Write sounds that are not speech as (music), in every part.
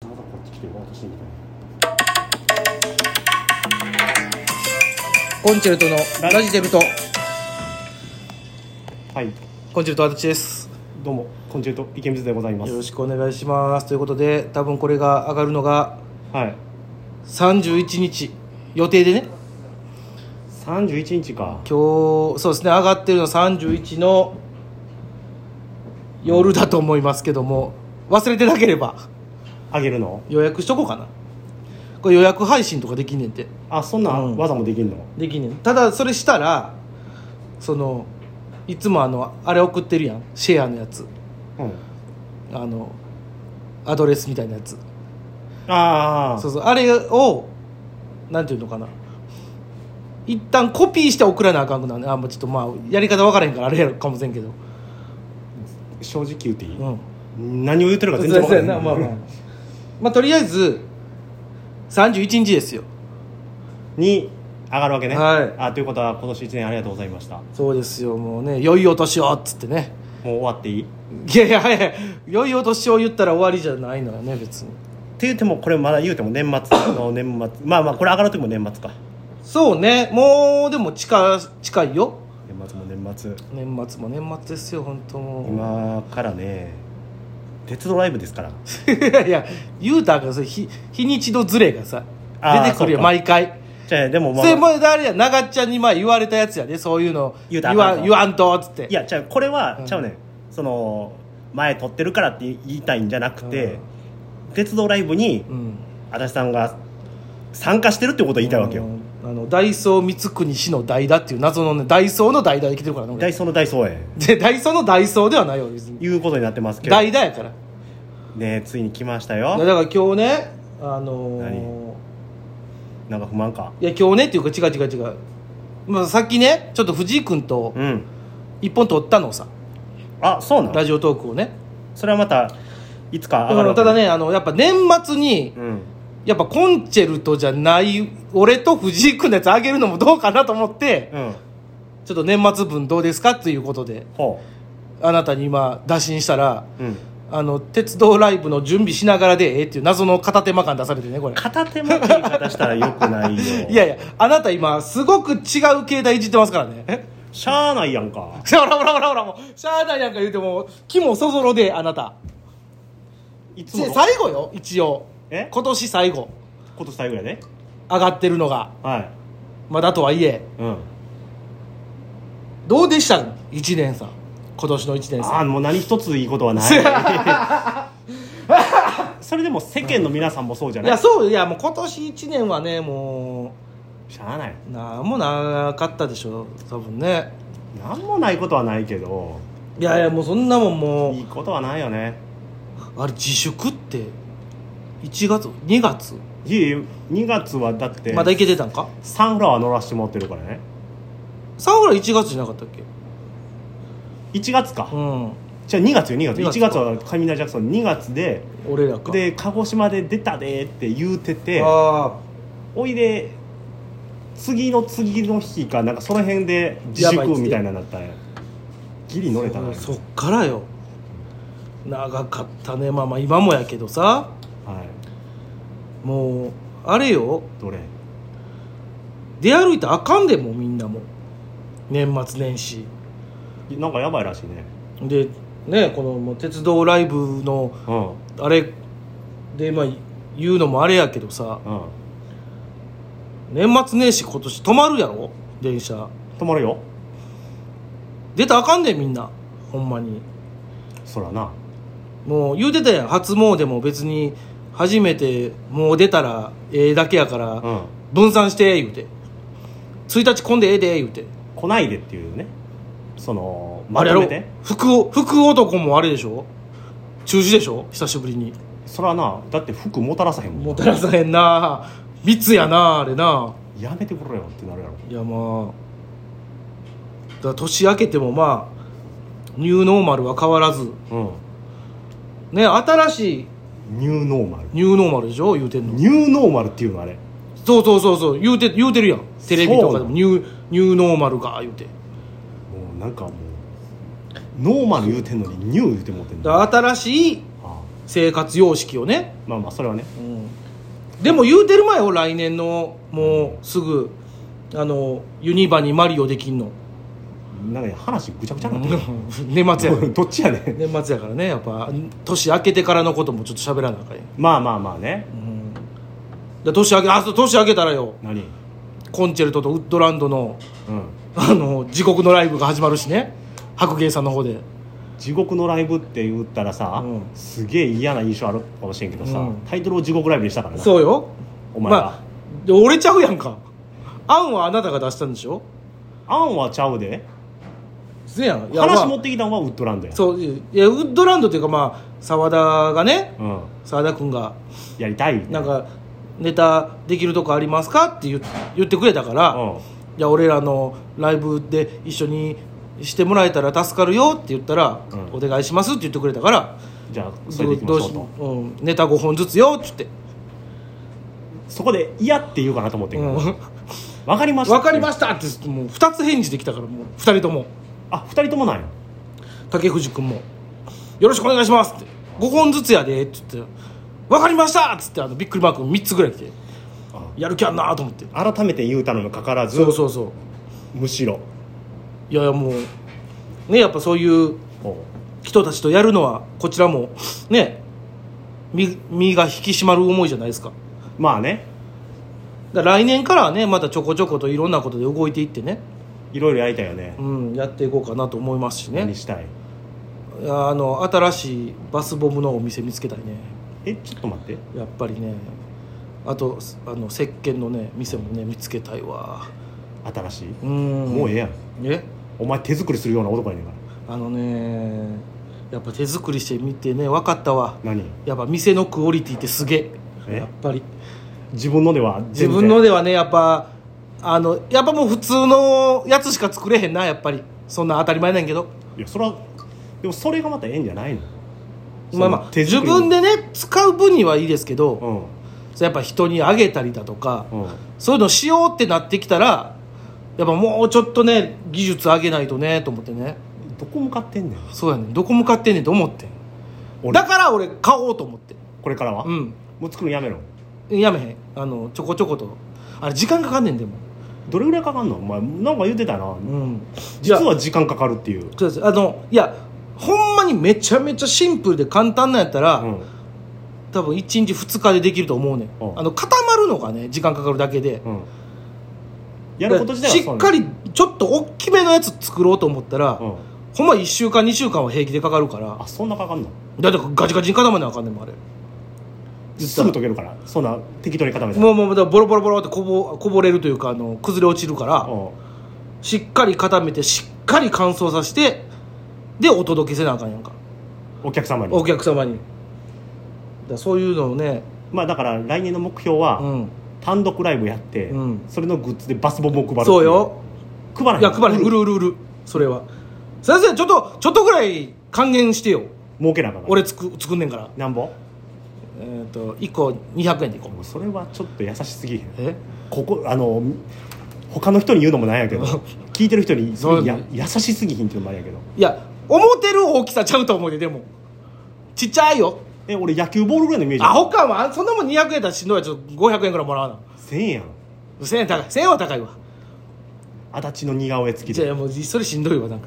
来てる私みたいコンチェルトのラジテルトなはいコンチェルト私ですどうもコンチェルト池水でございまよすろしくお願いしますということで多分これが上がるのがはい31日予定でね31日か今日そうですね上がってるの31の夜だと思いますけども忘れてなければあげるの予約しとこうかなこれ予約配信とかできんねんてあそんなうん技もできんの、できんねんただそれしたらそのいつもあのあれ送ってるやんシェアのやつうんあのアドレスみたいなやつああそうそうあれをなんていうのかな一旦コピーして送らなあかんくなるねあもうちょっとまあやり方分からへんからあれやるかもしれんけど正直言っていい、うん何を言ってるか全然わかそらうなやい、なまあまあまあとりあえず31日ですよに上がるわけね、はいあということは今年1年ありがとうございましたもそうですよもうね良いお年をっつってねう終わっていいっいやいやいや良いお年を言ったら終わりじゃないのよね別にて言ってもこれまだ言うても年 (coughs) 末の年末まあまあこれ上がる時も年末かそうねもうでも近近いよ年末も年末年末も年末ですよ本当もう今からね鉄道ライブですからい (laughs) やいや言うたらあかんそれ日日にちのズレがさあー出てくるそうよか毎回じゃあでもまそあれもうあれや長っちゃんに前言われたやつやでそういうの言う言たらあかんわと言わんとっつっていやじゃあこれは、うんちゃうねんその前撮ってるからって言いたいんじゃなくて、鉄道ライブにうん足立さんが参加してるってことを言いたいわけよ、あのあのダイソー光国氏の代打っていう謎のねダイソーの代打で来てるからねダ俺イソーのダイソーへでダイソーのダイソーではないよ別にいうことになってますけど代打やからねえついに来ましたいやよだから今日ねあのー何なんか不満かいや今日ねっていうか違う違う違う、まあ、さっきねちょっと藤井君とうん一本撮ったのさあそうなラのジオトークをねそれはまたいつか上だかがるらわけただねあのやっぱ年末にうんやっぱコンチェルトじゃない俺と藤井君のやつあげるのもどうかなと思ってうんちょっと年末分どうですかっていうことでほあなたに今打診したらう、うん、あの鉄道ライブの準備しながらでええっていう謎の片手間感出されてね (laughs) これ片手間って言い方したらよくないよ (laughs) いやいやあなた今すごく違う携帯いじってますからね (laughs) しゃあないやんかほらほらほらほらもうしゃあないなんか言うても気もそぞろであなたいつもの最後よ一応え今年最後今年最後やね上がってるのがはまだとはいえいうんどうでした1年さん今年の1年あさんあもう何一ついいことはない (laughs) それでも世間の皆さんもそうじゃいないやそういやもう今年1年はねもしゃあないうなんもなかったでしょ多分ね何もないことはないけどいやいやもうそんなもんもいいことはないよねうあれ自粛って1月2月いえいえ2月はだってまだいけてたんかサンフラワー乗らしてもらってるからねサンフラ1月じゃなかったっけ1月か、うんじゃあ2月よ2月2 1月月かは雷ジャクソン2月で俺らかで鹿児島で出たでって言うててあおいで次の次の日かなんかその辺で自やばいっつっ粛てみたいなのだったんやギリ乗れたなあそっからよ長かったねまあまあ今もやけどさはいもうあれよどれ出歩いたらあかんでもうみんなも年末年始なんかやばいらしいねでねこのもう鉄道ライブのうんあれでまあ言うのもあれやけどさうん年末年始今年止まるやろ電車止まるよ出たらあかんでみんなほんまにそらなもう言うてたやん初詣も別に初めてもう出たらええだけやから、うん分散して言うて1日混んでええで言うて来ないでっていうねそのあまれやとろめて服を服男もあれでしょ中止でしょ久しぶりにそらなだって服もたらさへんももんたらさへんな密やなあれなやめてくれよってなるやろいやまあだから年明けてもまあニューノーマルは変わらずうね新しいんニューノーマルニューノーマルでしょ言うてんのニューノーマルっていうのあれそうそうそうそう言うて言うてるやんテレビとそうなかでものニューニューノーマルか言うてもうなんかもうノーマル言うてんのにニュー言うてもうてんのだから新しいあ生活様式をね、まあまあそれはねうん、でも言うてる前よ来年のもうすぐあのユニバにマリオで (laughs) きんのなんかね話ぐちゃぐちゃになって年末やかる (laughs) どっちやねらん年末やからねやっぱ年明けてからのこともちょっと喋らなあかんやんまあまあまあねうんで年明けあそう年明けたらよ何うんコンチェルトとウッドランドのあの地獄のライブが始まるしね白芸さんの方で地獄のライブって言ったらさ、うんすげえ嫌な印象あるかもしれんけどさ、うんタイトルを地獄ライブにしたからなそうよお前がまあで折れちゃうやんか案はあなたが出したんでしょ案はちゃうでせやんいやまあ話持ってきたのはウッドランドやそういやウッドランドというかまあ澤田がねうん、澤田君がやりたいなんかネタできるとこありますかって言言ってくれたから、うんいや俺らのライブで一緒にしてもらえたら助かるよって言ったら、うんお願いしますって言ってくれたからじゃあそれでいきましょうどとどうしうん、ネタ5本ずつよってそこで嫌って言うかなと思ってん言けど、って、うんわかりました分かりましたってもう2つ返事できたからもう2人ともあ二人ともなんや竹藤君も「よろしくお願いします」って「5本ずつやで」って言って「分かりました」っつってあのびっくりマーク3つぐらい来てやる気あんなと思って改めて言うたのにもかかわらずそうそうそうむしろいやいやもうねやっぱそういうこ人たちとやるのはこちらもね身身が引き締まる思いじゃないですかうまあねだから来年からはねまたちょこちょこといろんなことで動いていってね、いろいろやりたいよねうん、やっていこうかなと思いますし何ねしたいいやあの新しいバスボムのお店見つけたいねえちょっと待ってやっぱりねあとすあの石鹸のね店もね見つけたいわ新しい、うんもうええやんえお前手作りするような男やねんからあのねやっぱ手作りしてみてね分かったわ何やっぱ店のクオリティってすげええやっぱり自分のでは自全然分のではねやっぱあのやっぱもう普通のやつしか作れへんなやっぱりそんな当たり前なんやけどいやそれはでもそれがまたええんじゃないのまあまそあの手自作り分でね使う分にはいいですけうど、んやっぱ人にあげたりだとか、うんそういうのしようってなってきたらやっぱもうちょっとね技術上げないとねと思ってねどこ向かってんねんそうやねんどこ向かってんねんと思ってん俺だから俺買おうと思ってこれからは、うんもう作るのやめろやめへんあのちょこちょことあれ時間かかんねんでもどれぐらいかかんのお前なんか言ってたなうん実いやは時間かかるっていうそうですあのいやほんまにめちゃめちゃシンプルで簡単なんやったら、うん多分1日2日でできると思うねん、うんあの固まるのがね時間かかるだけで、うんやること自体はしっかりちょっと大きめのやつ作ろうと思ったら、そんなうんほんま1週間2週間は平気でかかるからあそんなかかんのだってガチガチに固まんなあかんねんもんあれすぐ溶けるからそんな適当に固めたらもうもうだからボロボロボロってこぼこぼれるというかあの崩れ落ちるからうしっかり固めてしっかり乾燥させてでお届けせなあかんやんかんお客様にお客様にだからそういうのをねまあだから来年の目標うはん単独ライブやって、うんそれのグッズでバスボムを配るっていそうよ配らへんいや配れ売る売る売るそれは先生ちょっとちょっとぐらい還元してよ儲けなあかんから俺つく作んねんからなんぼえっ、と1個200円でいこうそれはちょっと優しすぎへんえここあの他の人に言うのもなんやけ (laughs) ど聞いてる人にそうや優しすぎひんっていうのもあれやけどいや思ってる大きさちゃうと思うででもちっちゃいよえ俺野球ボールぐらいのイメージアホかはそんなもん200円だったらしんどいわちょっと500円ぐらいもらわな1000円やん1000円高い1000円は高いわ足立の似顔絵付きじゃであもうそれしんどいわなんか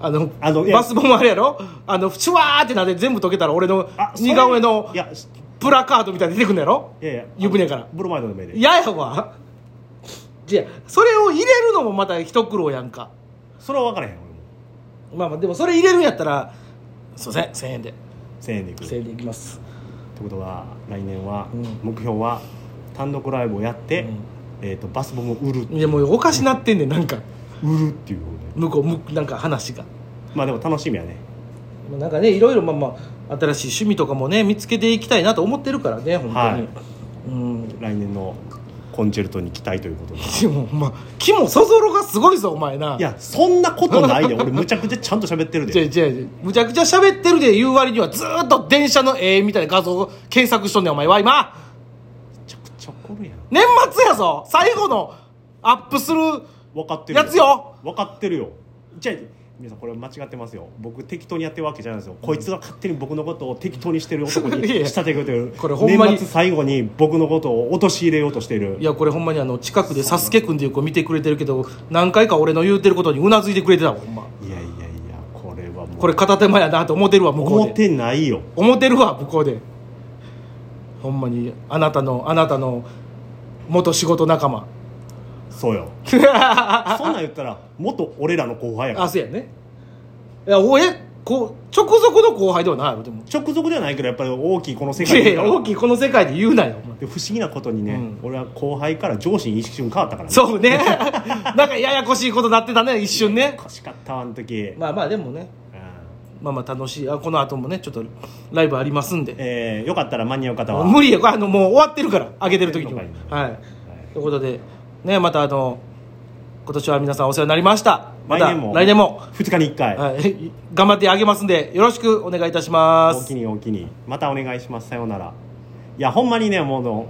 あのあのいやバスボムあれやろあのシュワーってなって全部溶けたら俺のあそれ似顔絵のいやしプラカードみたいに出てくんのやろいやいや湯船からブロマイドの目で嫌やわじゃあそれを入れるのもまた一苦労やんかそれは分からへん俺もまあまあでもそれ入れるんやったらすいません1000円で1000円でいくっ1000て円でいきますことは来年は、うん目標は単独ライブをやって、うんえー、とバスボムを売るいやもうおかしなってんねんなんか売るっていう方で向こうむなんか話がまあでも楽しみやねまあなんかねいろいろまあまあ新しい趣味とかもね見つけていきたいなと思ってるからね本当に、はいうん来年のコンチェルトに期待ということででもまあ木もそぞろがすごいぞお前ないやそんなことない (laughs) で俺むちゃくちゃちゃんと喋ってる違うで違う違うむちゃくちゃ喋ってるで言う割にはずーっと電車の絵みたいな画像を検索しとんねんお前は今めちゃくちゃ怒るやん年末やぞ最後のアップする分かってるやつよ分かってるよじゃあ皆さんこれは間違ってますよ僕適当にやってるわけじゃないですよ、こいつが勝手に僕のことを適当にしてる男に (laughs) いや仕立ててくれてるこれほんまに年末最後に僕のことを陥れようとしているいやこれほんまにあの近くでサスケ君っていう子見てくれてるけど何回か俺の言うてることにうなずいてくれてたわほんまいやいやいやこれはもうこれ片手間やなと思ってるわ向こ思っうてでないよ思ってるわ向こうでほんまにあなたのあなたの元仕事仲間そう (laughs) よそんなん言ったら元俺らの後輩やかあらそうやねいやおえこう直属の後輩ではないやろでも直属ではないけどやっぱり大きいこの世いや界いや大きいこの世界で言うなよお前で不思議なことにね、うん俺は後輩から上司に一瞬変わったからねそう (laughs) ねなんかややこしいことなってたね一瞬ね欲しかったわあの時、まあまあでもねうんまあまあ楽しいあこの後もねちょっとライブありますんでえーよかったら間に合う方は無理やこれあのもう終わってるから上げてる時には上げてるのはいということでねまたあの今年は皆さんお世話になりましたまた来年も来年も、 2日に1回、はい、頑張ってあげますんでよろしくお願いいたしまおおすきにおおきにまたお願いしますさようならいやほんまにねもうの